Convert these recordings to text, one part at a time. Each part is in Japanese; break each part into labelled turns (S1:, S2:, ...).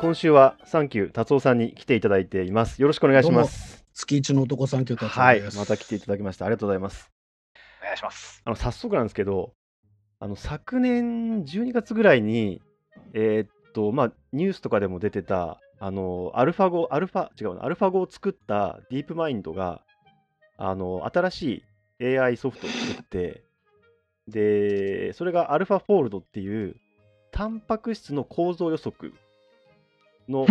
S1: 今週はサンキュー達夫さんに来ていただいています。よろしくお願いします。
S2: 月一の男三級達夫
S1: はい
S2: で、す。
S1: また来ていただきました。ありがとうございます。
S3: お願いします。
S1: あの早速なんですけど、あの昨年12月ぐらいに、えーっとまあ、ニュースとかでも出てた、あのアルファ語、アルファ、違うな、アルファ語を作ったディープマインドが、あの新しい AI ソフトを作って、で、それがアルファフォールドっていう、タンパク質の構造予測の
S3: ん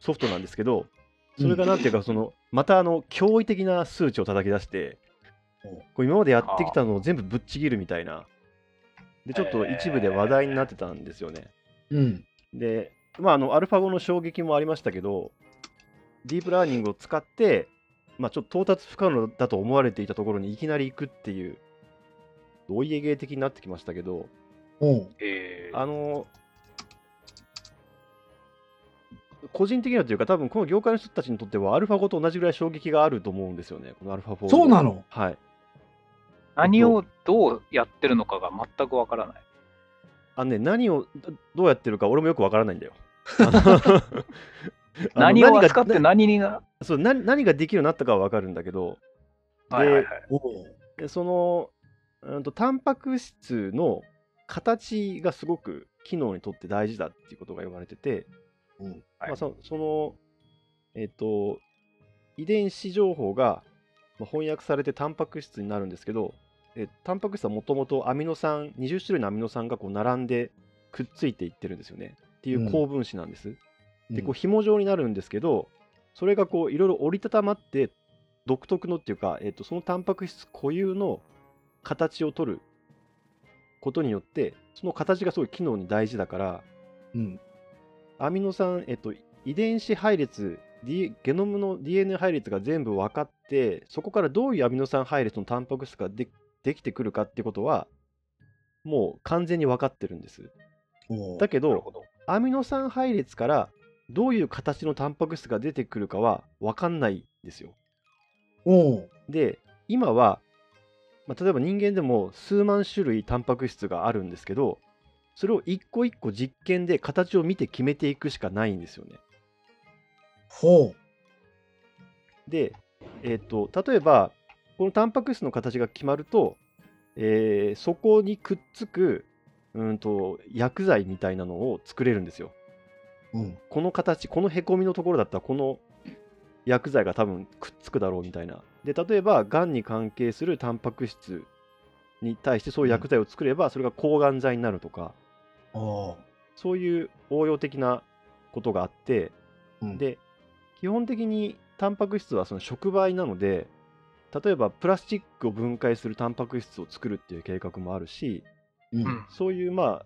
S1: ソフトなんですけど、それがなんていうか、そのまたあの驚異的な数値を叩き出して
S2: お、
S1: こう今までやってきたのを全部ぶっちぎるみたいな、でちょっと一部で話題になってたんですよね。
S2: うん。
S1: で、まあ、あのアルファ語の衝撃もありましたけど、ディープラーニングを使って、まあ、ちょっと到達不可能だと思われていたところにいきなり行くっていう、お家芸的になってきましたけど、
S2: おう
S3: えー、
S1: あの個人的にはというか、多分この業界の人たちにとっては、アルファ語と同じぐらい衝撃があると思うんですよね、このアルファ4。
S2: そうなの
S1: はい。
S3: 何をどうやってるのかが全くわからない。
S1: あのね、何をどどうやってるか、俺もよくわからないんだよ。 あの
S3: 何
S1: あ
S3: を
S1: の
S3: 扱って
S1: な
S3: 何にが。
S1: そうな何ができるようになったかはわかるんだけど、で
S3: はいはいはい。
S2: おう
S1: でその、うんと、タンパク質の形がすごく機能にとって大事だっていうことが言われてて、
S2: うん。
S3: はい
S1: まあ、そその、えっ、と、遺伝子情報がまあ翻訳されてタンパク質になるんですけど、えタンパク質はもともとアミノ酸、20種類のアミノ酸がこう並んでくっついていってるんですよね。っていう高分子なんです。で、こう紐状になるんですけど、それがこういろいろ折りたたまって、独特のっていうか、えっと、そのタンパク質固有の形を取ることによって、その形がすごい機能に大事だから、
S2: うん。
S1: アミノ酸、えっと、遺伝子配列、D、ゲノムの DNA 配列が全部分かって、そこからどういうアミノ酸配列のタンパク質がでできてくるかってことは、もう完全に分かってるんです。
S2: おう
S1: だけ
S3: なる
S1: ど、
S3: ほど。
S1: アミノ酸配列からどういう形のタンパク質が出てくるかは分かんないんですよ。
S2: おう
S1: で、今は、まあ、例えば人間でも数万種類タンパク質があるんですけど、それを一個一個実験で形を見て決めていくしかないんですよね。
S2: ほう。
S1: で、えっと例えばこのタンパク質の形が決まると、えーそこにくっつくうんと薬剤みたいなのを作れるんですよ。
S2: うん。
S1: この形このへこみのところだったらこの薬剤が多分くっつくだろうみたいな。で例えばがんに関係するタンパク質に対してそういう薬剤を作ればそれが抗がん剤になるとか
S2: おう
S1: そういう応用的なことがあって、
S2: うん
S1: で基本的にタンパク質はその触媒なので例えばプラスチックを分解するタンパク質を作るっていう計画もあるし
S2: う。
S3: うんん。
S1: そういうまあ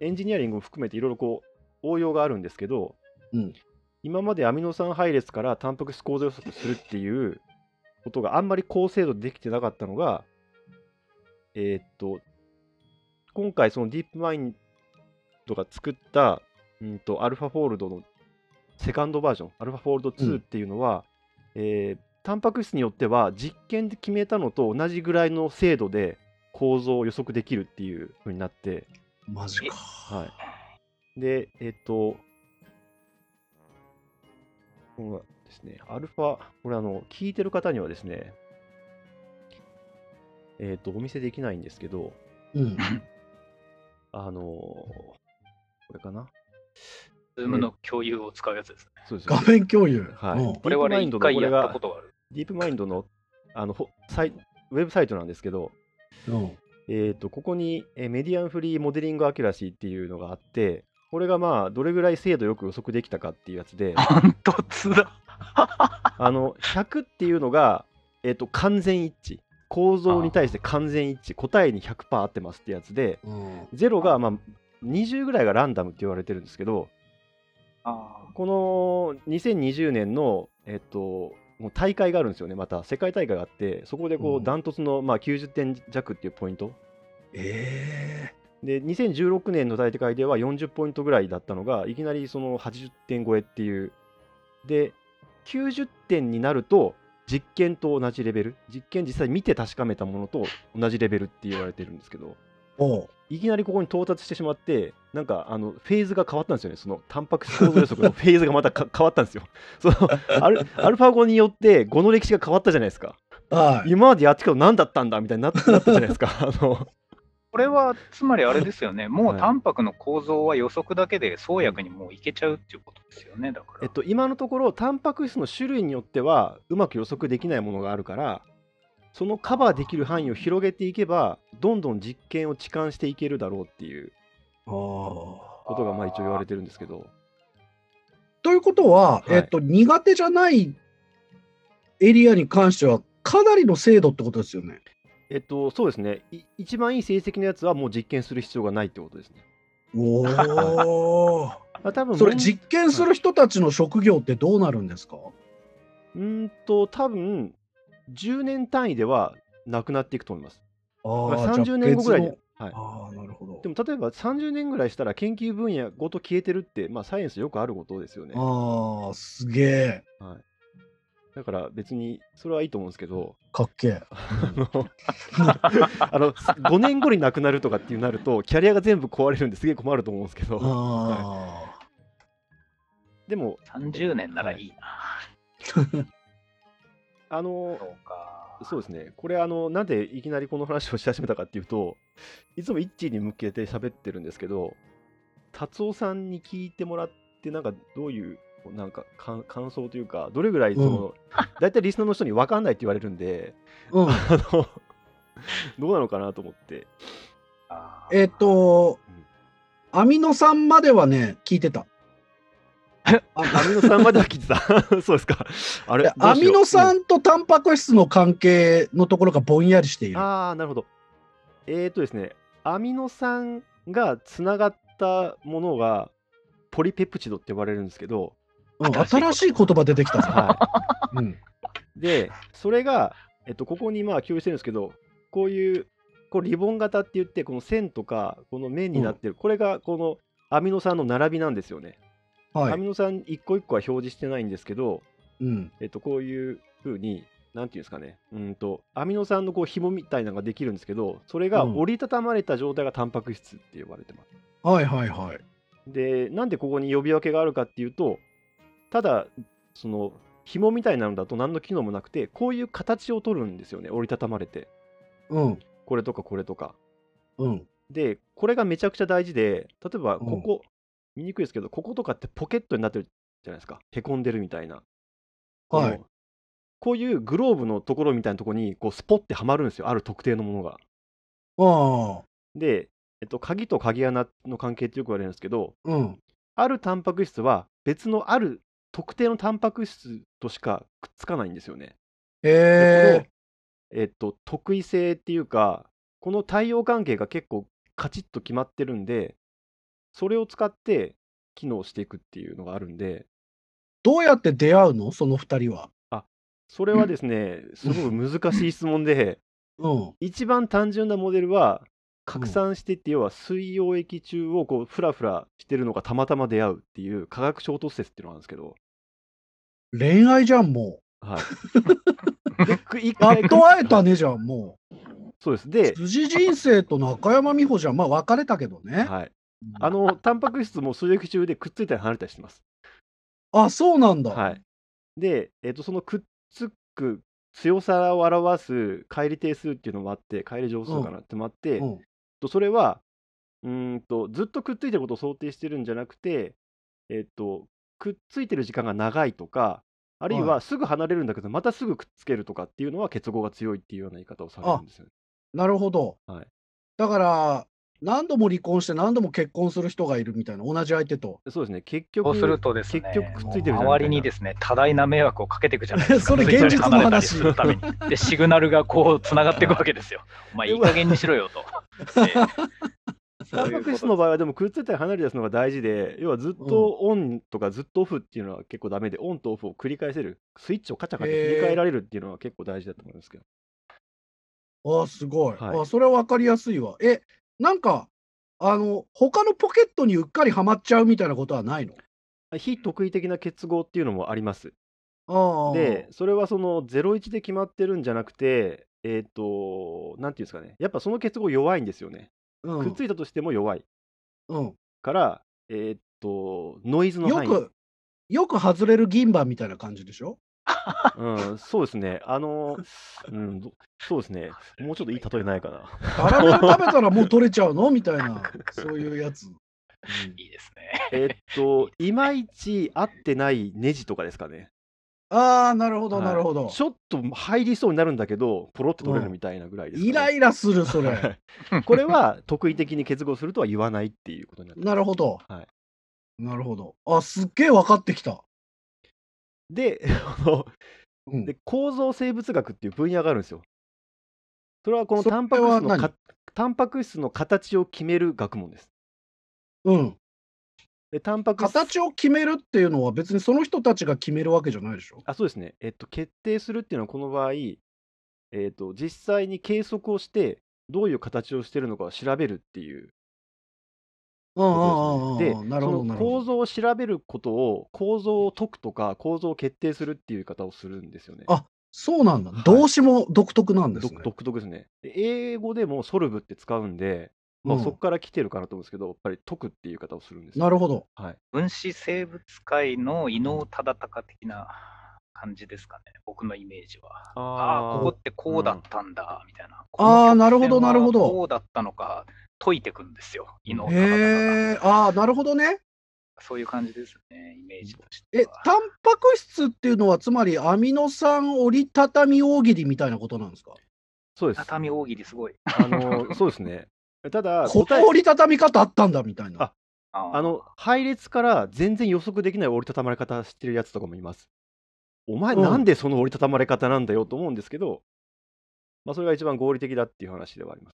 S1: エンジニアリングも含めていろいろこう応用があるんですけど、
S2: うん
S1: 今までアミノ酸配列からタンパク質構造予測するっていうことがあんまり高精度でできてなかったのがえーっと今回そのディープマインドが作った、うん、とアルファフォールドのセカンドバージョンアルファフォールド
S2: うん
S1: 2っていうのは、えータンパク質によっては実験で決めたのと同じぐらいの精度で構造を予測できるっていう風になって、
S2: マジか。
S1: はい、で、えっと、こうですね、アルファ、これあの、聞いてる方にはですね、えっと、お見せできないんですけど、
S2: うん。
S1: あのーこれかな
S3: ズームの共有を使うやつですね。
S1: そうです
S2: 画面共有。
S1: はい
S2: おう
S1: ディープ
S3: 我
S1: マ
S3: 々
S1: インドの
S3: 一
S1: これ
S3: 回
S1: が
S3: やったことが ある。、
S1: ディープマインドのあのほサイウェブサイトなんですけど、
S2: おう
S1: えー、とここにえーメディアンフリーモデリングアキュラシーっていうのがあって、これがまあどれぐらい精度よく予測できたかっていうやつで
S3: ダントツだ。
S1: あの100っていうのが、えー、と完全一致、構造に対して完全一致、答えに100%合ってますってやつで、
S2: うん。
S1: 0がまあ20ぐらいがランダムって言われてるんですけど、
S3: あ
S1: この2020年の、えっと、もう大会があるんですよね、また世界大会があって、そこでこ
S2: うん
S1: うダントツの、まあ、90点弱っていうポイント、
S2: え
S1: で2016年の大会では40ポイントぐらいだったのが、いきなりその80点超えっていう、で90点になると、実験と同じレベル、実験実際見て確かめたものと同じレベルって言われてるんですけど、
S2: え。おう
S1: いきなりここに到達してしまって、なんかあのフェーズが変わったんですよね、そのタンパク質構造予測のフェーズがまたか変わったんですよ。 そのアルアルファ語によって語の歴史が変わったじゃないですか。
S2: はい。
S1: 今までやってきたの何だったんだみたいにななったじゃないですか。 あの
S3: これはつまりあれです よね、も
S1: は
S3: う
S1: い
S3: タンパクの構造は予測だけで創薬にもういけちゃうっていうことですよね、だから。
S1: えっと、今のところ、タンパク質の種類によってはうまく予測できないものがあるから、そのカバーできる範囲を広げていけば、どんどん実験を置換していけるだろうっていう
S2: あー
S1: ことがまあ一応言われてるんですけど、
S2: ということは、
S1: い
S2: えっと、苦手じゃないエリアに関しては、かなりの精度ってことですよね。
S1: えっと、そうですね、い一番いい成績のやつはもう実験する必要がないってことですね。
S2: お お。
S1: あ多分
S2: それ
S1: 問
S2: 実験する人たちの職業ってどうなるんですか
S1: うーんと、多分10年単位ではなくなっていくと思います。
S2: あ
S1: ま
S2: ー
S1: あ、
S2: じ
S1: 30
S2: ゃあ
S1: 年後ぐらい
S2: 別
S1: に
S2: の。
S1: はい、
S2: ああ、なるほど
S1: で。も例えば30年ぐらいしたら研究分野ごと消えてるって、まあ、サイエンスよくあることですよね。
S2: ああ、すげえ。
S1: だから別にそれはいいと思うんですけど、
S2: かっけえ。
S1: あのあの5年後に亡くなるとかっていうなると、キャリアが全部壊れるんですげえ困ると思うんですけど、
S2: あ
S1: でも、
S3: 30年ならいいな。
S1: あの
S3: そうか。
S1: そうですね、これあの、なんでいきなりこの話をし始めたかっていうと、いつもイッチーに向けて喋ってるんですけど、達夫さんに聞いてもらって、なんかどういうなんか感感想というか、どれぐらいその、大体リスナーの人に分かんないって言われるんで、
S2: あ。うん。
S1: あのどうなのかなと思って、
S3: あー
S2: えっ、と
S1: うん、
S2: アミノ酸まではね、聞いてた。
S1: アミノ酸までは聞いてた、 そうですか、あれ、ど
S2: ア
S1: うしよ
S2: ミ
S1: う
S2: ノ
S1: うん
S2: 酸とタンパク質の関係のところがぼんやりしている。
S1: ああ、なるほど。えっ、ー、とですね、アミノ酸がつながったものが、ポリペプチドって呼ばれるんですけど、
S2: うん新しい言葉出てきたぞ。
S1: は
S2: うん
S1: い、 で、それが、えっと、ここにまあ共有してるんですけど、こういうこうリボン型って言って、この線とか、この面になってる、これがこのアミノ酸の並びなんですよね。
S2: は
S1: アミ
S2: い。
S1: ノ酸一個一個は表示してないんですけど、
S2: うん。
S1: えっと、こういう風に、なんていうんですかね、うんと、アミノ酸のこう紐みたいなのができるんですけど、それが
S2: うん
S1: 折りたたまれた状態がタンパク質って呼ばれてます。
S2: はいはいはい。
S1: で、なんでここに呼び分けがあるかっていうと、ただ、その、紐みたいなのだと何の機能もなくて、こういう形を取るんですよね、折りたたまれて。
S2: うん。
S1: これとかこれとか。
S2: うん。
S1: で、これがめちゃくちゃ大事で、例えば
S2: うん
S1: ここ、見にくいですけど、こことかってポケットになってるじゃないですか。へこんでるみたいな。
S2: は
S1: こ
S2: い。
S1: のこういうグローブのところみたいなところにこうスポッてはまるんですよ、ある特定のものが。
S2: ああ。
S1: で、えっと、鍵と鍵穴の関係ってよく言われるんですけど、
S2: うん。
S1: あるタンパク質は別のある特定のタンパク質としかくっつかないんですよね。で
S2: ええ。
S1: このえっと、特異性っていうか、この対応関係が結構カチッと決まってるんで、それを使って機能していくっていうのがあるんで、
S2: どうやって出会うのその二人は。
S1: それはですね、すごく難しい質問 で、
S2: うん。
S1: 一番単純なモデルは拡散してって、要は水溶液中をこうフラフラしてるのがたまたま出会うっていう化学衝突説っていうのがあるんですけど、
S2: 恋愛じゃん、も
S1: はい、でく一
S2: う。やっ
S1: 回
S2: と会えたね、じゃん、も
S1: そうです
S2: う。
S1: で、
S2: 辻人生と中山美穂じゃん。まあ、別れたけどね。
S1: はい、あのタンパク質も水溶液中でくっついたり離れたりしてます。
S2: あ、そうなんだ。
S1: はい、で、えっとそのくっつく強さを表す乖離定数っていうのもあって乖離乗数かなってのもあって、
S2: うん。
S1: とそれはうーんとずっとくっついてることを想定してるんじゃなくて、えっとくっついてる時間が長いとかあるい
S2: は
S1: はすぐ離れるんだけど、またすぐくっつけるとかっていうのは結合が強いっていうような言い方をされるんですよね。
S2: なるほど。
S1: はい
S2: だから、何度も離婚して何度も結婚する人がいるみたいな、同じ相手と。
S1: そうですね結局
S3: そうするとですね、
S1: 結局くっついてるじゃんみたいな
S3: 周りにですね、多大な迷惑をかけていくじゃないですか。
S2: それ現実の話
S3: それぞれ離れたりするために。で、シグナルがこう、つながっていくわけですよ。お前、いい加減にしろよと。
S1: タンパク質の場合はでもくっついたり離れたりするのが大事で要はずっとオンとかずっとオフっていうのは結構ダメで、オンとオフを繰り返せるスイッチをカチャカチャ切り替えられるっていうのは結構大事だと思うんですけど、
S2: ああ、すごい。
S1: はい
S2: ああそれは分かりやすいわ。え、なんか、あの、他のポケットにうっかりはまっちゃうみたいなことはないの
S1: 非特異的な結合っていうのもあります。
S2: ああ。
S1: で、それはその01で決まってるんじゃなくて、えっ、と、なんていうんですかね、やっぱその結合弱いんですよね。
S2: う
S1: くっ
S2: ん
S1: ついたとしても弱い。
S2: うん。
S1: から、えーっと、ノイズの
S2: よ
S1: 範囲。
S2: く、よく外れる銀歯みたいな感じでしょ
S1: うん、そうですね。あの、うん、どそうですね。もうちょっといい例えないかな。
S2: バラバラ食べたらもう取れちゃうのみたいな、そういうやつ。うん
S3: いいですね。
S1: えーっと、いまいち合ってないネジとかですかね。
S2: ああ、なるほど、
S1: はい
S2: なるほど。
S1: ちょっと入りそうになるんだけど、ポロッと取れるみたいなぐらいですかね、
S2: イライラする、それ。
S1: こ れは特異的に結合するとは言わないっていうことに なってます
S2: なるほど。
S1: はい
S2: なるほど。あ、すっげえ分かってきた。
S1: で あの
S2: うん
S1: で構造生物学っていう分野があるんですよ。それはこの
S2: それ
S1: タ
S2: は
S1: ンパク質の
S2: 何
S1: かタンパク質の形を決める学問です。
S2: うん。
S1: でタンパク質
S2: 形を決めるっていうのは別にその人たちが決めるわけじゃないでしょ
S1: あそうですね、えっと、決定するっていうのはこの場合、えっと、実際に計測をしてどういう形をしてるのかを調べるっていう
S2: うん
S1: こと
S2: うん
S1: です
S2: うんうん。
S1: ね。
S2: な
S1: で、
S2: るほ
S1: そ
S2: ど、な
S1: の
S2: るほ
S1: 構
S2: ど。
S1: 造を調べることを構造を解くとか構造を決定するっていう言い方をするんですよね。
S2: あそうなんだ
S1: はい。
S2: 動詞も独特なんですね
S1: 独。独特ですね。で英語でもソルブって使うんで、まあ、
S2: うん
S1: そこから来てるかなと思うんですけど、やっぱり解くっていう言い方をするんですよ
S2: なるほど。
S1: はい、
S3: 分子生物界の伊能忠敬的な感じですかね、僕のイメージは。ああ、ここってこうだったんだ、みたいな。
S2: あー
S3: この曲線
S2: なるほどなるほど
S3: はこうだったのか、解いていくんですよ、伊能忠敬
S2: へえ、ああ、なるほどね。
S3: が。そういう感じですね、イメージとして
S2: え、
S3: は。
S2: タンパク質っていうのは、つまりアミノ酸折りたたみ大喜利みたいなことなんですか
S1: そうです。
S3: 畳大喜利すごい。
S1: あのそうですね。ただ、
S2: こ
S1: 答
S2: の
S1: え
S2: 折りたたみ方あったんだみたいな。
S1: あ
S3: あー
S1: あの配列から全然予測できない折りたたまれ方してるやつとかもいます。お前、
S2: うん
S1: なんでその折りたたまれ方なんだよと思うんですけど、まあ、それが一番合理的だっていう話ではあります。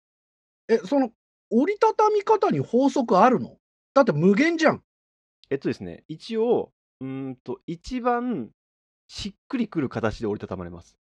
S2: え、その折りたたみ方に法則あるのだって無限じゃん。
S1: えっとですね、一応、うーんと、一番しっくりくる形で折りたたまれます。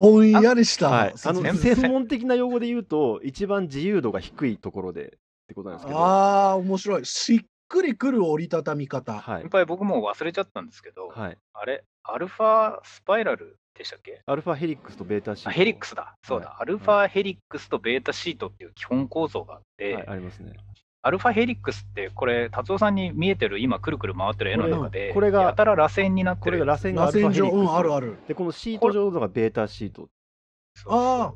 S2: ぼんやりした。
S1: はい、あ
S2: 説
S1: の
S2: 明
S3: 先生
S1: 専門的な用語で言うと、一番自由度が低いところでってことなんですけど、は
S2: ああ、面白い。しっくりくる折りたたみ方。
S1: い
S3: 先、輩、僕もう忘れちゃったんですけど、
S1: はい、
S3: あれ、アルファスパイラルでしたっけ
S1: アルファヘリックスとベータシート
S3: あヘリックスだ、そうだ、
S1: は
S3: アルファヘリックスとベータシートっていう基本構造があって、
S1: はい、ありますね。
S3: アルファヘリックスって、これ、達夫さんに見えてる、今、くるくる回ってる絵の中で、
S1: これが
S3: やたら螺旋になって
S1: こ
S3: る
S1: れが螺旋がア
S2: 螺
S1: ルファヘ
S2: 旋
S1: リ
S2: 状、
S1: ッ
S2: う
S1: クス。
S2: ん、あるある。
S1: で、このシート上のがベータシート。
S2: あ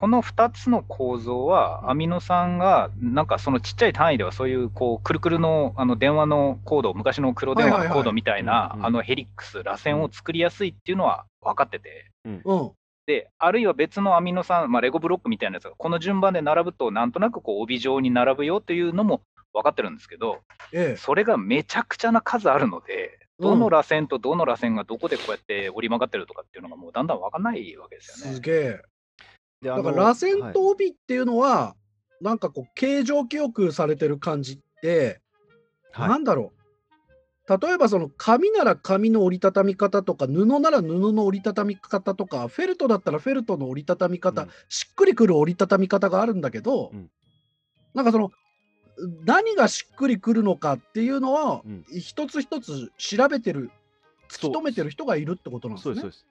S3: この2つの構造は、アミノ酸が、なんかそのちっちゃい単位では、そういうこうくるくるのあの電話のコード、昔の黒電
S2: はい
S3: 話
S2: はい
S3: の
S2: はい
S3: コードみたい
S1: うん
S3: な
S1: う、ん
S3: あのヘリックス、螺旋を作りやすいっていうのは分かってて、
S2: あ、うん。
S3: で、あるいは別のアミノ酸、まあ、レゴブロックみたいなやつが、この順番で並ぶと、なんとなくこう帯状に並ぶよというのも分かってるんですけど、
S2: ええ。
S3: それがめちゃくちゃな数あるので、どの螺旋とどの螺旋がどこでこうやって折り曲がってるとかっていうのが、もうだんだん分かんないわけですよ
S2: す
S3: ね。
S2: げえ。
S1: であ
S2: だ
S1: の
S2: から螺旋と
S1: はい
S2: 帯っていうのは、なんかこう形状記憶されてる感じって、
S1: はい
S2: なんだろう例えばその紙なら紙の折りたたみ方とか布なら布の折りたたみ方とかフェルトだったらフェルトの折りたたみ方、
S1: うん
S2: しっくりくる折りたたみ方があるんだけど、
S1: うん
S2: なんかその何がしっくりくるのかっていうのは、
S1: うん
S2: 一つ一つ調べてる
S1: そ
S2: 突
S1: う
S2: き止めてる人がいるってことなんで
S1: そ
S2: す
S1: うです、そう
S2: ね。
S1: です。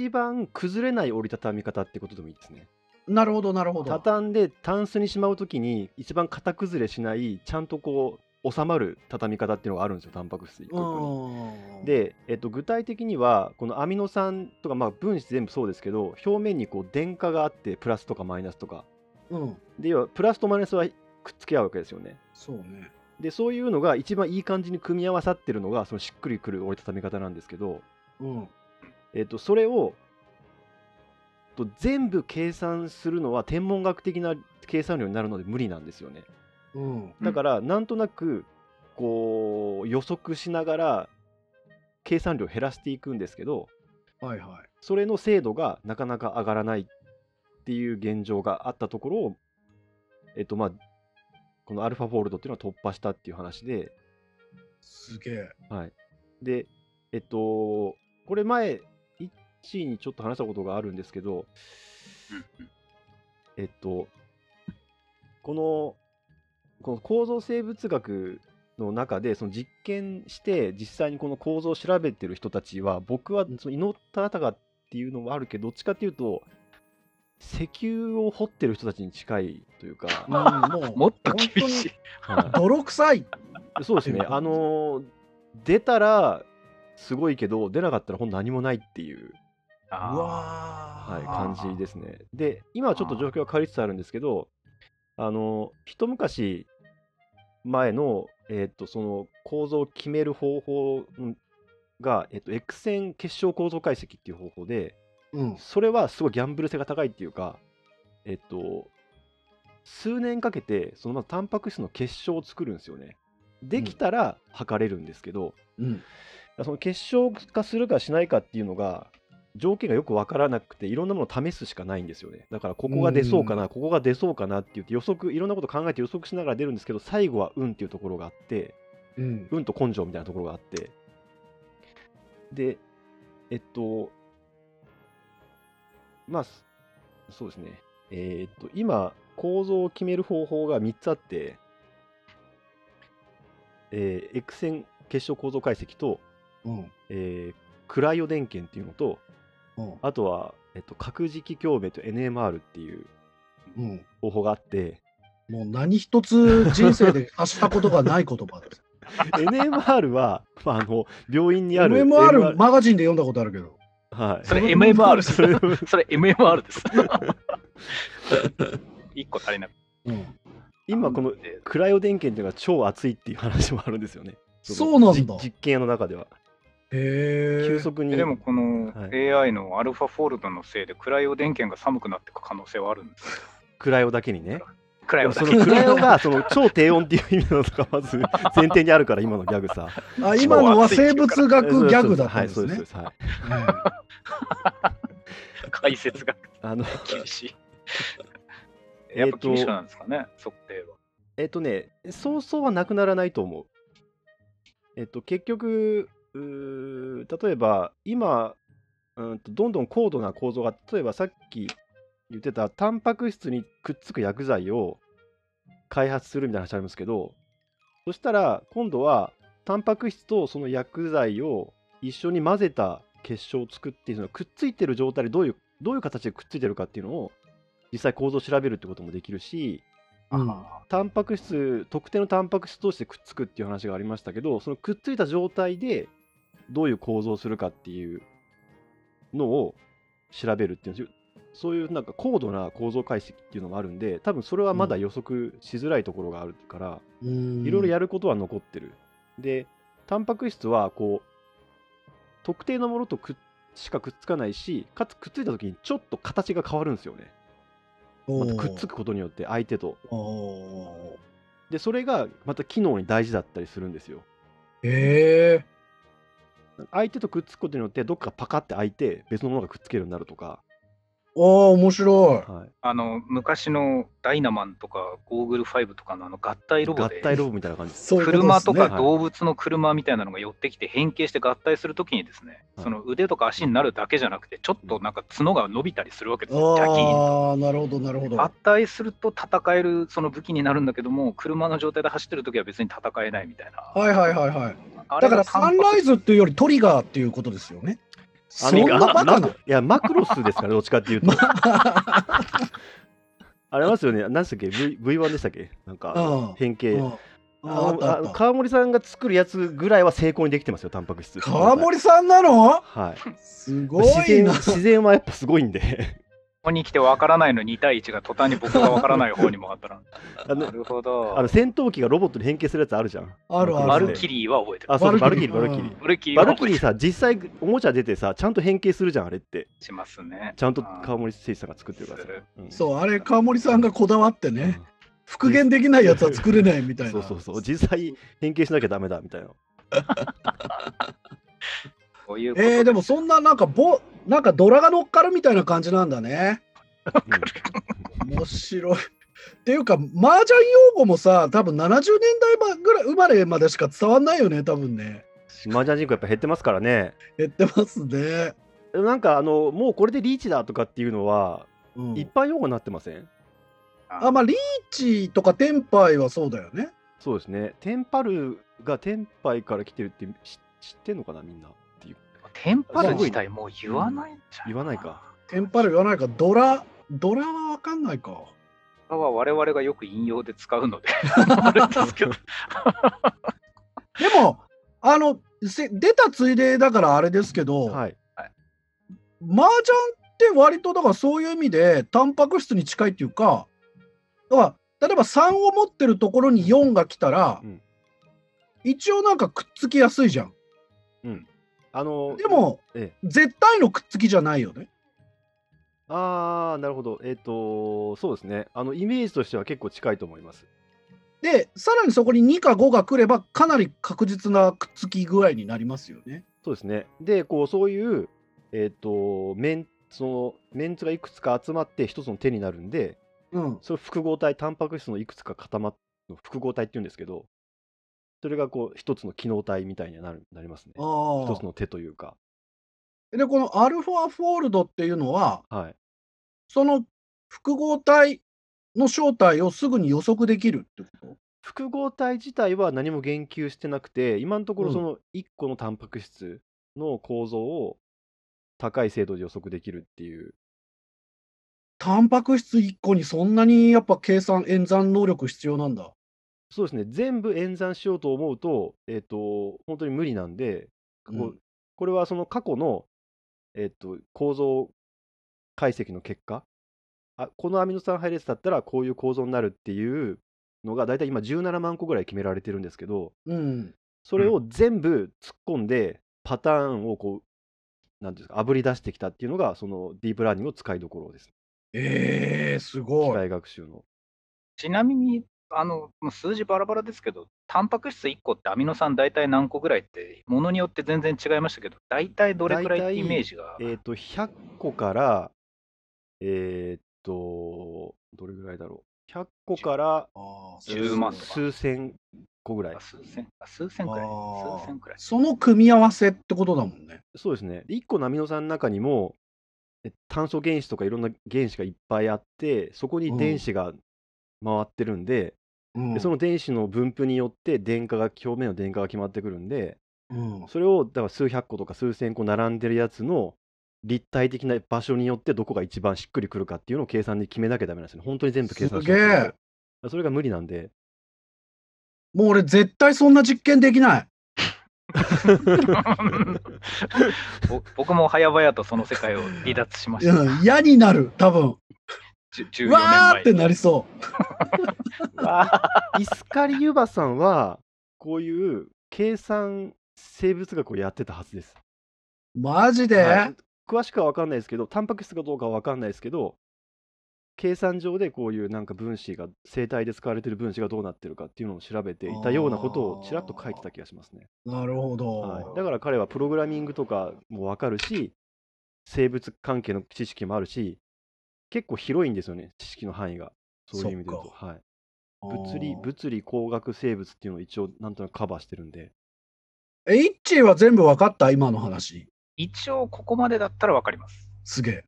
S1: 一番崩れない折りたたみ方ってことでもいいですね。
S2: なるほどなるほど。
S1: 畳んでタンスにしまうときに、一番型崩れしない、ちゃんとこう、収まる畳み方っていうのがあるんですよ、タンパク質一個一個に。
S2: うん
S1: で、えっと、具体的にはこのアミノ酸とか、まあ、分子全部そうですけど表面にこう電荷があってプラスとかマイナスとか
S2: うん、
S1: で要はプラスとマイナスはくっつけ合うわけですよね
S2: そうね。
S1: でそういうのが一番いい感じに組み合わさってるのがそのしっくりくる折りたたみ方なんですけど、
S2: うん
S1: えっと、それをと全部計算するのは天文学的な計算量になるので無理なんですよね
S2: うん
S1: だからなんとなくこう予測しながら計算量を減らしていくんですけど、
S2: はいはい。
S1: それの精度がなかなか上がらないっていう現状があったところを、えっとまあ、このアルファフォールドっていうのは突破したっていう話で、
S2: すげえ。
S1: はい、で、えっと、これ前、1位にちょっと話したことがあるんですけど、
S3: うんうん
S1: えっと、このこの構造生物学の中でその実験して実際にこの構造を調べてる人たちは僕はその伊能忠敬っていうのもあるけどどっちかっていうと石油を掘ってる人たちに近いというか、
S2: うんも
S3: も
S2: う
S3: っと厳しい。
S1: は
S2: 泥臭い。
S1: いそうですね、あのー出たらすごいけど、出なかったらほんと何もないっていう、
S2: う
S3: あー
S2: わー
S1: はい、感じですね。で、今はちょっと状況が変わりつつあるんですけど、あのー一昔前の,、えっとその構造を決める方法が、えっと X 線結晶構造解析っていう方法で、
S2: うん。
S1: それはすごいギャンブル性が高いっていうか、えっと、数年かけて、そのまずタンパク質の結晶を作るんですよね。できたら測れるんですけど、
S2: うん。
S1: その結晶化するかしないかっていうのが、条件がよくわからなくて、いろんなものを試すしかないんですよね。だから、ここが出そうかな、ここが出そうかなって言って、予測、いろんなこと考えて予測しながら出るんですけど、最後は運っていうところがあって、
S2: うん。
S1: 運と根性みたいなところがあってでえっとまあすそうですねえーっと今構造を決める方法が3つあって、えー、X 線結晶構造解析と、
S2: うん。
S1: えークライオ電源っていうのと
S2: うん。
S1: あとは、えっと、核磁気共鳴と NMR っていう
S2: うん。
S1: 方法があって
S2: もう何一つ人生で発したことがない言葉です。
S1: NMR は、まあ、あの病院にある
S2: MMR マガジンで読んだことあるけど。
S1: はい、
S3: それ MMR です。
S1: それ
S3: それ MMR です。 一個足りなくて。
S2: うん。
S1: 今このクライオ電源っていうのが超熱いっていう話もあるんですよね。
S2: そうなんだ
S1: じ実験の中では。
S2: へえ。
S1: 急速に。
S3: でもこの
S1: は
S3: AI のアルファフォールドのせいでクライオ電源が寒くなっていく可能性はあるんですか
S1: クライオだけにね。
S3: クライオ
S1: そ
S3: だ
S1: の
S3: け
S1: クライオがその超低温っていう意味なのとかまず前提にあるから今のギャグさ。
S2: あ今のは生物学ギャグだったんで
S1: は
S2: す
S1: い、そう
S2: ね
S1: で。す。はい、
S3: 解説が
S1: あの
S3: 厳しい。
S1: え
S3: やっ
S1: っ
S3: ぱ
S1: と
S3: 厳しくなるんですかね、測定は。
S1: えっとね、そうそうはなくならないと思う。えっと、結局、うー例えば今、うんと、どんどん高度な構造が、例えばさっき言ってた、タンパク質にくっつく薬剤を開発するみたいな話ありますけど、そしたら今度は、タンパク質とその薬剤を一緒に混ぜた結晶を作って、そのくっついてる状態でどういう、どういう形でくっついてるかっていうのを、実際構造を調べるってこともできるし、
S2: うん
S1: タンパク質特定のタンパク質同士でくっつくっていう話がありましたけどそのくっついた状態でどういう構造をするかっていうのを調べるっていうそういうなんか高度な構造解析っていうのもあるんで多分それはまだ予測しづらいところがあるから、
S2: うん
S1: いろいろやることは残ってる。で、タンパク質は、こう、特定のものとくっしかくっつかないし、かつくっついたときにちょっと形が変わるんですよね。またくっつくことによって相手と。
S2: おー
S1: で、それがまた機能に大事だったりするんですよ。
S2: へえ。
S1: 相手とくっつくことによって、どっかパカって開いて、別のものがくっつけるようになるとか。
S2: ああ、面白
S1: はい
S3: あの昔のダイナマンとかゴーグル5とかのあの合体ロボ
S1: 合
S3: で
S1: 体ロボみたいな感
S2: い。
S1: じです。
S2: そういうことですね
S3: 車とか
S1: はい
S3: 動物の車みたいなのが寄ってきて変形して合体するときにですね、
S1: はい
S3: その腕とか足になるだけじゃなくてちょっとなんか角が伸びたりするわけですよ、ジャキーンと
S2: ああ、なるほど、なるほど。
S3: 合体すると戦えるその武器になるんだけども車の状態で走ってるときは別に戦えないみたいな、
S2: はいはいはいはい。
S3: あれ
S2: だか
S3: が
S2: らサンライズっていうよりトリガーっていうことですよね。
S1: あ
S2: そ
S1: の
S2: んなバカ
S1: マ
S2: な
S1: クいや、マクロスですから、どっちかっていうと。 あれますよね、何でしたっけ v ?V1 でしたっけなんか、
S2: うん
S1: 変形。
S2: うんああ
S1: あ
S2: っ
S1: の
S2: た
S1: あ
S2: あ
S1: の
S2: った
S1: 川森さんが作るやつぐらいは成功にできてますよ、タンパク質。
S2: 川森さんなの
S1: はい、
S2: すご
S1: 自
S2: い
S1: 然
S2: な。
S1: 自然はやっぱすごいんで
S3: ここに来てわからないの2対1が途端に僕がわからない方にもあったら
S1: あ
S3: な
S1: の
S3: るほ
S1: あ
S3: ど
S1: の戦闘機がロボットに変形するやつあるじゃん
S2: あるある
S3: マルキリーは覚えてる
S1: あそうバ
S2: バ
S1: ル
S2: ル
S1: キリ
S2: キ
S1: ー
S2: リー
S1: バルキリー
S3: マルキリー
S1: バ
S3: は
S1: ルキ
S3: 覚
S1: リ
S3: え
S1: ー
S3: て
S1: さ実際おもちゃ出てさちゃんと変形するじゃんあれって
S3: しますね
S1: ちゃんと
S3: あー
S1: 川森誠司さんが作ってるからさ
S3: する、
S1: うん
S2: そう、あれ川森さんがこだわって
S1: うん
S2: ね、復元できないやつは作れないみたいな。
S1: そうそうそう実際変形しなきゃダメだみたい な
S3: こういうこと
S2: えー、でもそんななんかぼなんかドラが乗っかるみたいな感じなんだね。面白い。っていうか麻雀用語もさ多分70年代ぐらい生まれまでしか伝わんないよね多分ね。
S1: マージャン人口やっぱ減ってますからね
S2: 減ってますね。
S1: でもなんかあのもうこれでリーチだとかっていうのは
S2: うん
S1: 一般用語になってません
S2: あまあリーチとかテンパイはそうだよね。
S1: そうですねテンパルがテンパイから来てるって知知ってんのかなみんなっていう
S3: テンパル自体もう言わないんじゃ
S1: 言わないか
S2: テンパイは言わないかドラドラはわかんないか。
S3: これは我々がよく引用で使うの であれですけど
S2: で も、あの、せ出たついでだからあれですけど、
S1: はい。
S2: 麻雀って割とだからそういう意味でタンパク質に近いっていうかだから例えば3を持ってるところに4が来たら、
S1: うん
S2: 一応なんかくっつきやすいじゃん
S1: あの、
S2: で、も、
S1: え
S2: 絶対のくっつきじゃないよね
S1: あー、なるほど。えっ、と、そうですね。あの、イメージとしては結構近いと思います。
S2: でさらにそこに2か5が来ればかなり確実なくっつき具合になりますよね
S1: そうですね。で、こう、そういう、えっ、と、メン、その、メンツがいくつか集まって一つの手になるんで、
S2: うん
S1: それ複合体、タンパク質のいくつか固まっ複合体って言うんですけど、それがこう、一つの機能体みたいになるなりますね
S2: あ。
S1: 一つ
S2: ー
S1: の手というか。
S2: でこのアルファフォールドっていうのは
S1: はい。
S2: その複合体の正体をすぐに予測できるってこと
S1: 複合体自体は何も言及してなくて今のとこ
S2: う
S1: ろ
S2: ん
S1: その1個のタンパク質の構造を高い精度で予測できるっていう
S2: タンパク質1個にそんなにやっぱ計算演算能力必要なんだ。
S1: そうですね全部演算しようと思うとえっ、と本当に無理なんでこ,、
S2: うん
S1: これはその過去の、えっと構造解析の結果あこのアミノ酸配列だったらこういう構造になるっていうのが大体今17万個ぐらい決められてるんですけど、
S2: うん。
S1: それを全部突っ込んで、パターンをこう、なんていうんですか、あぶり出してきたっていうのが、そのディープラーニングの使いどころです。
S2: えー、す
S1: 機
S2: ごい。
S1: 械学習の。
S3: ちなみに、あのもう数字バラバラですけど、タンパク質1個ってアミノ酸大体何個ぐらいって、ものによって全然違いましたけど、大体どれくらいっ
S1: 大
S3: て
S1: 体
S3: イメージが、
S1: えっ、と、100個から、えっ、と、どれぐらいだろう。100個から
S2: あー
S3: 10万とか
S1: 数千個ぐらい
S3: あ。数千あ数千くらい、
S2: あー
S3: 数千くらい。
S2: その組み合わせってことだもんね。
S1: そうですね。1個のアミノ酸の中にも、え炭素原子とかいろんな原子がいっぱいあって、そこに電子が回ってるんで、
S2: うん
S1: でその電子の分布によって電荷が表面の電荷が決まってくるんで
S2: うん
S1: それをだから数百個とか数千個並んでるやつの立体的な場所によってどこが一番しっくりくるかっていうのを計算で決めなきゃダメなんですよね本当に全部計算しなきゃいけない
S2: すげ
S1: それが無理なんで
S2: もう俺絶対そんな実験できない。
S3: ぼ僕も早々とその世界を離脱しました。
S2: うん、嫌になる、多分。
S3: じゅ14
S2: う
S3: 年
S2: わ
S3: 前
S2: ーってなりそ
S3: わ
S1: イスカリユバさんはこういう計算生物学をやってたはずです、
S2: う。マジで、
S1: はい詳しくは分かんないですけどタンパク質かどうかは分かんないですけど計算上でこういうなんか分子が生体で使われてる分子がどうなってるかっていうのを調べていたようなことをちらっと書いてた気がしますね
S2: なるほど、
S1: はい、だから彼はプログラミングとかも分かるし、生物関係の知識もあるし、結構広いんですよね、知識の範囲が。そういう意味で言う
S2: そ
S1: と。
S2: っ
S1: はい、
S2: あー
S1: 物理、物理、工学、生物っていうのを一応、なんとなくカバーしてるんで。
S2: え、イッチーは全部わかった今の話。
S3: 一応ここまでだったらわかります。
S2: すげえ。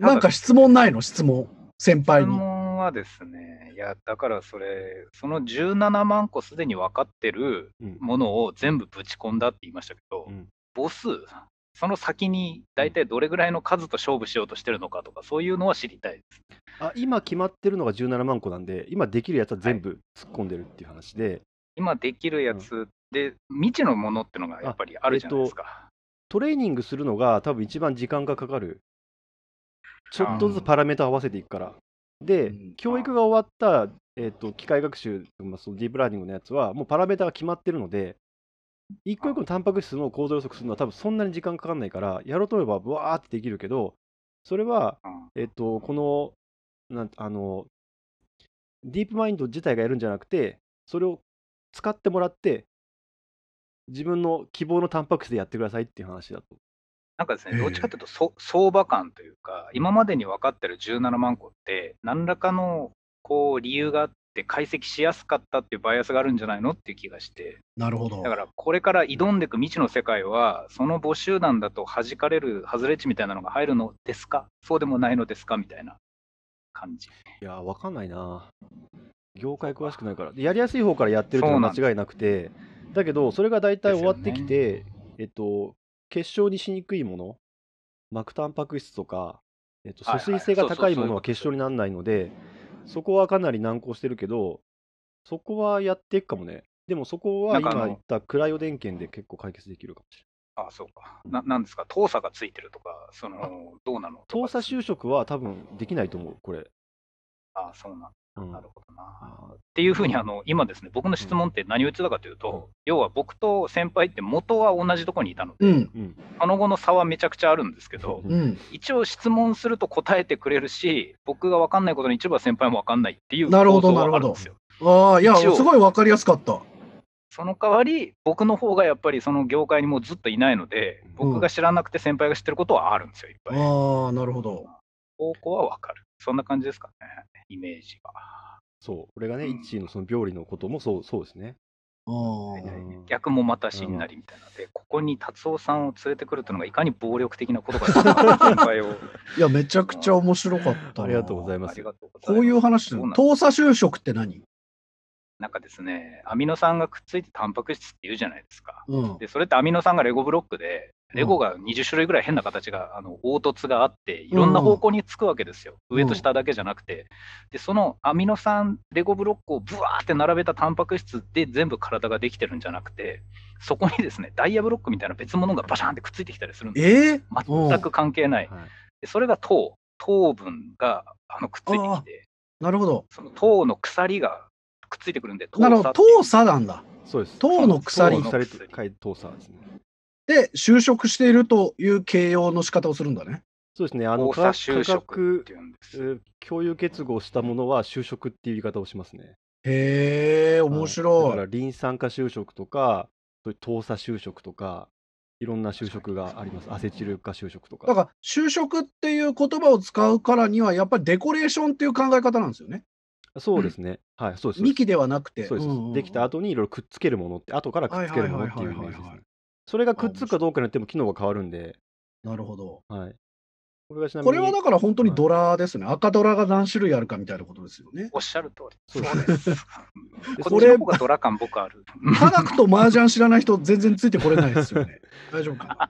S3: ただ
S2: なんか質問ないの質問。先輩
S3: 質
S2: に。
S3: 問はですね、いや、だからそれ、その17万個すでに分かってる
S1: うん
S3: ものを全部ぶち込んだって言いましたけど、
S1: うん
S3: 母数、その先に大体どれぐらいの数と勝負しようとしてるのかとか、そういうのは知りたいです。
S1: あ今決まってるのが17万個なんで、今できるやつは全部突っ込んでるっていう話で、
S3: 今できるやつで、未知のものってのがやっぱりあるじゃないですか。
S1: トレーニングするのが多分一番時間がかかる。ちょっとずつパラメータ合わせていくから。で、
S2: うん
S1: 教育が終わった、えっと機械学習、まあ、そのディープラーニングのやつは、もうパラメータが決まってるので、一個一個のタンパク質の構造予測するのは多分そんなに時間かかんないから、やろうと思えばブワーってできるけど、それは、
S3: うん
S1: えっと、この、なんあの、ディープマインド自体がやるんじゃなくて、それを使ってもらって、自分の希望のタンパク質でやってくださいっていう話だと。
S3: なんかです
S2: え
S3: ね、
S2: え
S3: どっちかというと、そ相場感というか、今までに分かってる17万個って、何らかのこう理由があって、解析しやすかったっていうバイアスがあるんじゃないのっていう気がして、
S2: なるほど。
S3: だからこれから挑んでいく未知の世界は、その募集団だと弾かれる外れ値みたいなのが入るのですか、そうでもないのですかみたいな感じ。
S1: いやー、わかんないな。業界詳しくないから。でやりやすい方からやってるっていうのは間違いなくて、だけど、それが大体終わってきて、えっと、結晶にしにくいもの、膜タンパク質とか、えっと、
S3: はいは
S1: 疎
S3: い
S1: 水性が高いものは
S3: そうそうそういうこと
S1: 結晶にならないので、そこはかなり難航してるけど、そこはやっていくかもね。でもそこは
S3: なんかあの
S1: 今言ったクライオ電源で結構解決できるかもしれない。
S3: あそうか。ななんですか、糖鎖がついてるとか、そのどうなのと
S1: 投
S3: か
S1: 査就職は多分できないと思う、これ。
S3: あそうなん
S1: うん
S3: なるほどな。っていうふうにあの、今ですね、僕の質問って何を言ってたかというと、要は僕と先輩って元は同じところにいたので、
S2: うん。
S1: うん
S3: その後の差はめちゃくちゃあるんですけど、
S2: うん。
S3: 一応質問すると答えてくれるし、僕が分かんないことに一部は先輩も分かんないっていう
S2: なるほ
S3: 構
S2: ど
S3: 造はあるんですよ。
S2: ああ、いや、
S3: 一応
S2: すごいわかりやすかった。
S3: その代わり、僕の方がやっぱりその業界にもうずっといないので、僕が知らなくて先輩が知ってることはあるんですよ、いっぱい。
S2: ああ、なるほど。
S3: 方向は分かる。そんな感じですかね、イメージは。
S1: そう、これがね、
S3: うん
S1: 一位のその病理のこともそうそうですね。
S2: あ
S3: はいは
S2: あ
S3: い
S1: うん
S3: 逆もまたしんなりみたいなで、ここに達夫さんを連れてくるというのがいかに暴力的なことかという心配を
S2: いや、めちゃくちゃ面白かった。
S1: ありがとうござ
S2: い
S1: いま
S3: あ
S1: す
S3: り。がとうございます。
S2: こういう話って
S3: そうなんです
S2: 投査就職って何
S3: なんかですね、アミノ酸がくっついてタンパク質って言うじゃないですか。
S2: うん。
S3: で、それってアミノ酸がレゴブロックで、
S2: うん
S3: レゴが20種類ぐらい変な形が、あの凹凸があって、いろんな方向につくわけですよ、
S2: うん
S3: 上と下だけじゃなくて、でそのアミノ酸、レゴブロックをぶわーって並べたタンパク質で全部体ができてるんじゃなくて、そこにですねダイヤブロックみたいな別物がバシャンってくっついてきたりするんですよ。
S2: えー
S3: 全く関係ない。
S1: はい
S3: でそれが糖、糖分があのくっついてきて、
S2: なるほど。
S3: その糖の鎖がくっついてくるんで、糖
S2: なるほ
S3: 鎖
S2: ど。
S3: っていう
S2: 投査なんだ。
S1: そうです。
S2: 糖の鎖
S1: 糖の鎖と書いて糖鎖ですね。
S2: で、就職しているという形容の仕方をするんだね。
S1: そうですね、あの、
S3: 交
S1: 化
S3: 差
S1: 学
S3: 就
S1: 化
S3: 職っ
S1: 学
S3: ていうんです
S1: えー共有結合したものは就職っていう言い方をしますね。
S2: へえ、面
S1: はいだ
S2: 白
S1: から、
S2: い。
S1: 臨産化就職とか、そういう投査就職とか、いろんな就職があります。アセチル化就職とか。
S2: だから、就職っていう言葉を使うからには、やっぱりデコレーションっていう考え方なんですよね。
S1: そうですね。はい、そうです。そうです
S2: 幹ではなくて。
S1: そうです、
S2: んん
S1: できた後にいろいろくっつけるものって、後からくっつけるものっていうイメージ
S2: はいはいはい
S1: で
S2: はい
S1: す
S2: はい
S1: ね。それがくっつくかどうかによっても機能が変わるんで、
S2: なるほど。
S1: はい。これがちなみ
S2: こ
S1: に
S2: れはだから本当にドラですね。赤ドラが何種類あるかみたいなことですよね。
S3: おっしゃる通り。
S1: そう
S3: そうです。
S1: で
S3: こっちの方がドラ感僕ある。
S2: 科学と麻雀知らない人全然ついてこれないで すよね。大丈夫か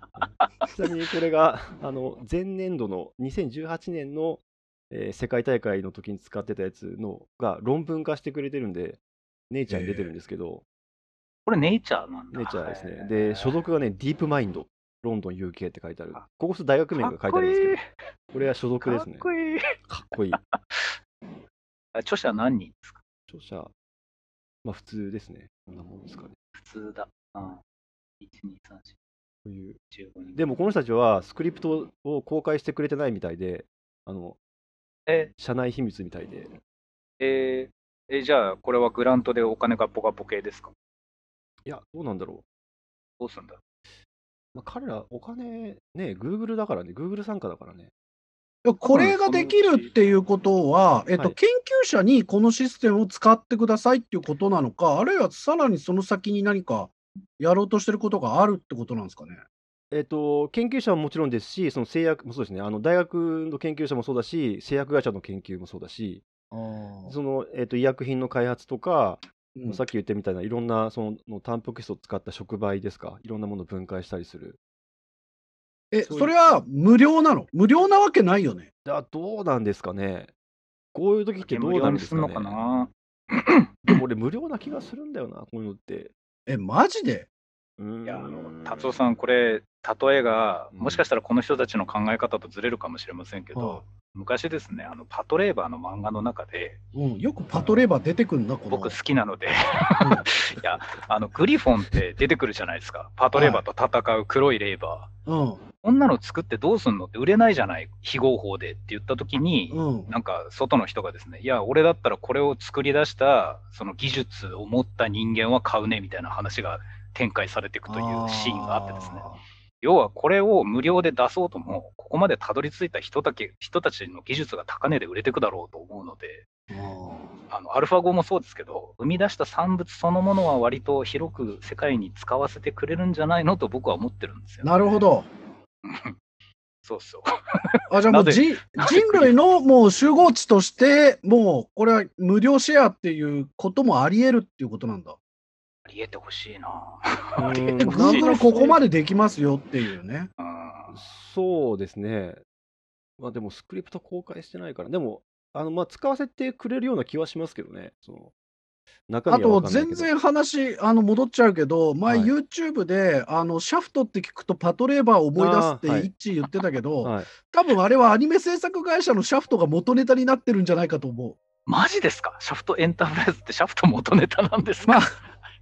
S1: ちなみにこれがあの前年度の2018年の、えー世界大会の時に使ってたやつのが論文化してくれてるんで、ネイチャーに出てるんですけど、
S3: これネイチャーなんだ。
S1: ネイチャーですね。
S3: へ
S1: で、
S3: ー
S1: 所属がね、ディープマインド、ロンドン UK って書いてある。ここ大学名が書いてあるんですけど、これは所属
S3: か
S1: で
S3: っ
S1: すね。か
S3: こいい。かっこいい
S1: っこいい。
S3: あ著者何人ですか
S1: 著者、まあ普通ですね。こんなもんですかね。
S3: 普通だ。うん。1、2、3、
S1: という。
S3: 4、15人。
S1: でもこの人たちはスクリプトを公開してくれてないみたいで、あの、
S3: え、
S1: 社内秘密みたいで、
S3: えーえーじゃあ、これはグラントでお金がポカポ系ですか
S1: いや、どうなんだろう。
S3: どうすんだ
S1: まあ、彼らお金ね、Google だからね、Google 参加だからね。
S2: いやこれができるっていうことは、えっと、
S1: はい
S2: 研究者にこのシステムを使ってくださいっていうことなのか、あるいはさらにその先に何かやろうとしてることがあるってことなんですかね。
S1: えっと、研究者はもちろんですし、その製薬もそうですね、あの大学の研究者もそうだし、製薬会社の研究もそうだし、
S2: ああ、
S1: その、えっと、医薬品の開発とか、
S2: うん
S1: さっき言ったみたいないろんなそのタンパク質を使った触媒ですか、いろんなものを分解したりする。
S2: え、
S1: そういう
S2: それは無料なの無料なわけないよね。
S1: だどうなんですかね。こういう時ってどう
S3: 無料
S1: なん
S3: に
S1: です
S3: す
S1: か
S3: ん
S1: ね。
S3: のかな
S1: でも俺、無料な気がするんだよな、こういうのって。
S2: え、マジで
S1: うーん
S3: いや、あの、達夫さん、これ、例えが、
S1: うん
S3: もしかしたらこの人たちの考え方とずれるかもしれませんけ
S2: は
S3: ど、昔ですね、あの、パトレーバーの漫画の中で、
S2: うん、よくパトレーバー出てくんな、この。
S3: 僕好きなので、いや、あの、グリフォンって出てくるじゃないですか。パトレーバーと戦う黒いレーバー。
S2: うん、
S3: こんなの作ってどうすんのって売れないじゃない、非合法でって言った時に、
S2: うん。
S3: なんか外の人がですね、いや、俺だったらこれを作り出した、その技術を持った人間は買うねみたいな話が展開されていくというシーンがあってですね、
S2: あ
S3: 要はこれを無料で出そうとも、ここまでたどり着いた人だけ人たちの技術が高値で売れていくだろうと思うので、
S2: ー。あー
S3: あのアルファ5もそうですけど、生み出した産物そのものは割と広く世界に使わせてくれるんじゃないのと僕は思ってるんですよ、
S2: なるほ。ど。
S3: そうそう。
S2: あじゃあもう
S3: なぜ
S2: じ
S3: なぜ
S2: 人類のもう集合地として、もうこれは無料シェアっていうこともあり得るっていうことなんだ。
S3: ありえてほしいな
S1: うー
S3: ありえ
S1: ん
S3: てほ
S2: な
S3: し
S2: ん
S3: い
S2: と
S3: で
S2: な
S3: す
S2: くここまでできますよっていうね。
S3: うん
S1: そうですね。まあでもスクリプト公開してないから、でも、あのまあ使わせてくれるような気はしますけどね。その中
S2: あ
S1: 身は
S2: と
S1: わかんないけ
S2: 全
S1: ど
S2: 然話あの戻っちゃうけど前
S1: はい
S2: YouTube で、あのシャフトって聞くとパトレーバーを思い出すって
S1: あーはい
S2: イッチ言ってたけど、
S1: はい、
S2: 多分あれはアニメ制作会社のシャフトが元ネタになってるんじゃないかと思う
S3: マジですかシャフトエンタープライズってシャフト元ネタなんですか、
S2: まあ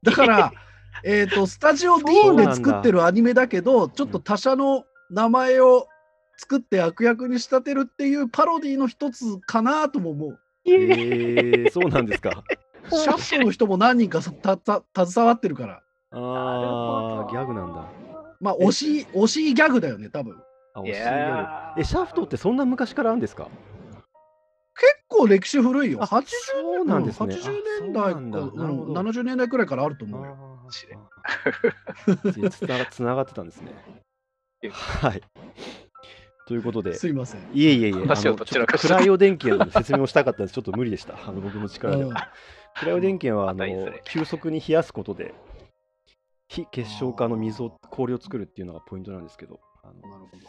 S2: だから えーとスタジオ D で作ってるアニメだけどちょっと他社の名前を作って悪役に仕立てるっていうパロディの一つかなとも思う
S1: えー、そうなんですか。
S2: シャフトの人も何人かさたた携わってるから
S1: ああ、ギャグなんだ。
S2: まあ惜しい惜しいギャグだよね多分
S1: あ、惜
S3: い
S1: しいギャグ。
S3: やー
S1: え、シャフトってそんな昔からあるんですか
S2: 結構歴史古いよ。
S1: あ
S2: 80
S1: そうなんですね
S2: うん80年代
S1: あそうな
S2: か、
S1: んだなるほど
S2: うん70年代くらいからあると思うよ。
S1: あ
S3: 知れ
S1: ーつなが つながってたんですね。はい。ということで、
S2: すいません。
S1: いえいえいえ、
S3: 話を
S1: あの
S3: ど
S1: ち
S3: ち
S1: ょっ
S3: ら
S1: とク
S3: かし
S1: ラ
S3: ら
S1: イオ電気なので説明をしたかったんです。ちょっと無理でした。あの僕の力で
S2: うん
S1: は。クライオ電気はあ
S3: またいい
S1: の
S3: それ
S1: 急速に冷やすことで非結晶化の水を氷を作るっていうのがポイントなんですけど。あの
S2: なるほど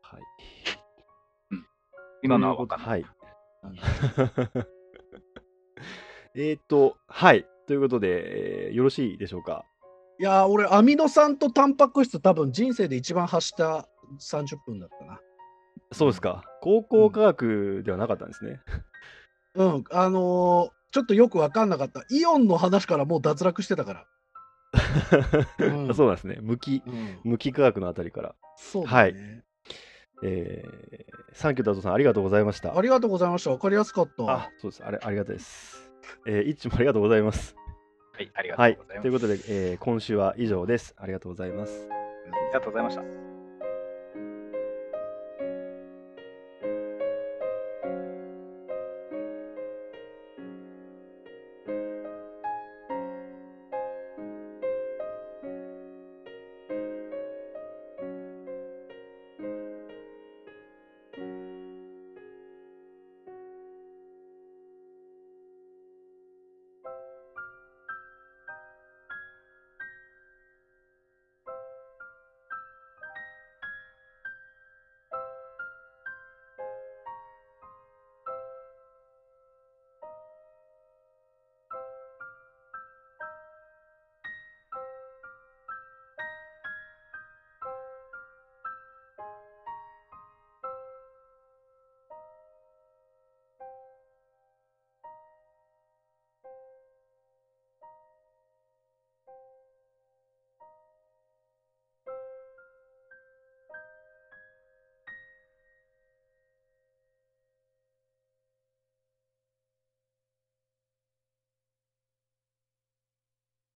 S1: はい。
S3: 今のは分かんない。
S1: はい。
S2: なる
S1: えーっと、はい。ということで、えーよろしいでしょうか。
S2: いやー、俺、アミノ酸とタンパク質、多分人生で一番発した30分だったな。
S1: そうですか。高校科学ではなかったんですね。
S2: うん、あのーちょっとよく分かんなかった。イオンの話からもう脱落してたから。う ん
S1: そうなんですね。無機、
S2: うん、
S1: 無機科学のあたりから。
S2: そうだね、
S1: えー、サンキューダゾさん、ありがとうございました。
S2: ありがとうございました。分かりやすかった。
S1: あ、そうです。あれ、ありがたいです。えー、イッチもありがとうございます。
S3: はい、ありが
S1: はい。
S3: とうございます。
S1: ということで、えー今週は以上です。ありがとうございます。
S3: ありがとうございました。